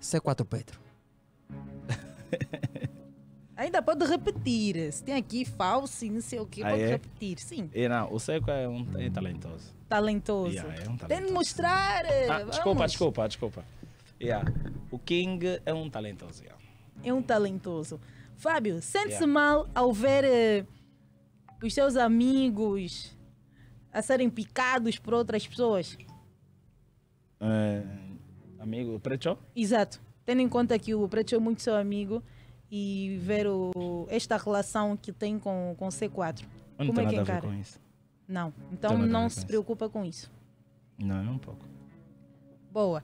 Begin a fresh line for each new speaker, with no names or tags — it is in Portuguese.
C4 Pedro.
Ainda pode repetir. Se tem aqui falso e não sei o que,
Ah,
pode
é?
repetir. Sim,
E não, o Seco é um é talentoso.
talentoso.
Yeah, é um talentoso.
Tem de mostrar. eh,
Ah,
vamos.
desculpa, desculpa, desculpa. Yeah. O King é um talentoso. yeah.
É um talentoso. Fábio, sente-se
Yeah.
mal ao ver eh, os seus amigos a serem picados por outras pessoas?
É, amigo, Preto?
Exato. Tendo em conta que o Preto é muito seu amigo e ver o- esta relação que tem com com o C4.
Eu
Como
não tenho
é que
nada a ver
encara?
com isso.
Não. Então
Tem nada a
não
ver
se
com isso.
preocupa com isso.
Não, é um pouco.
Boa.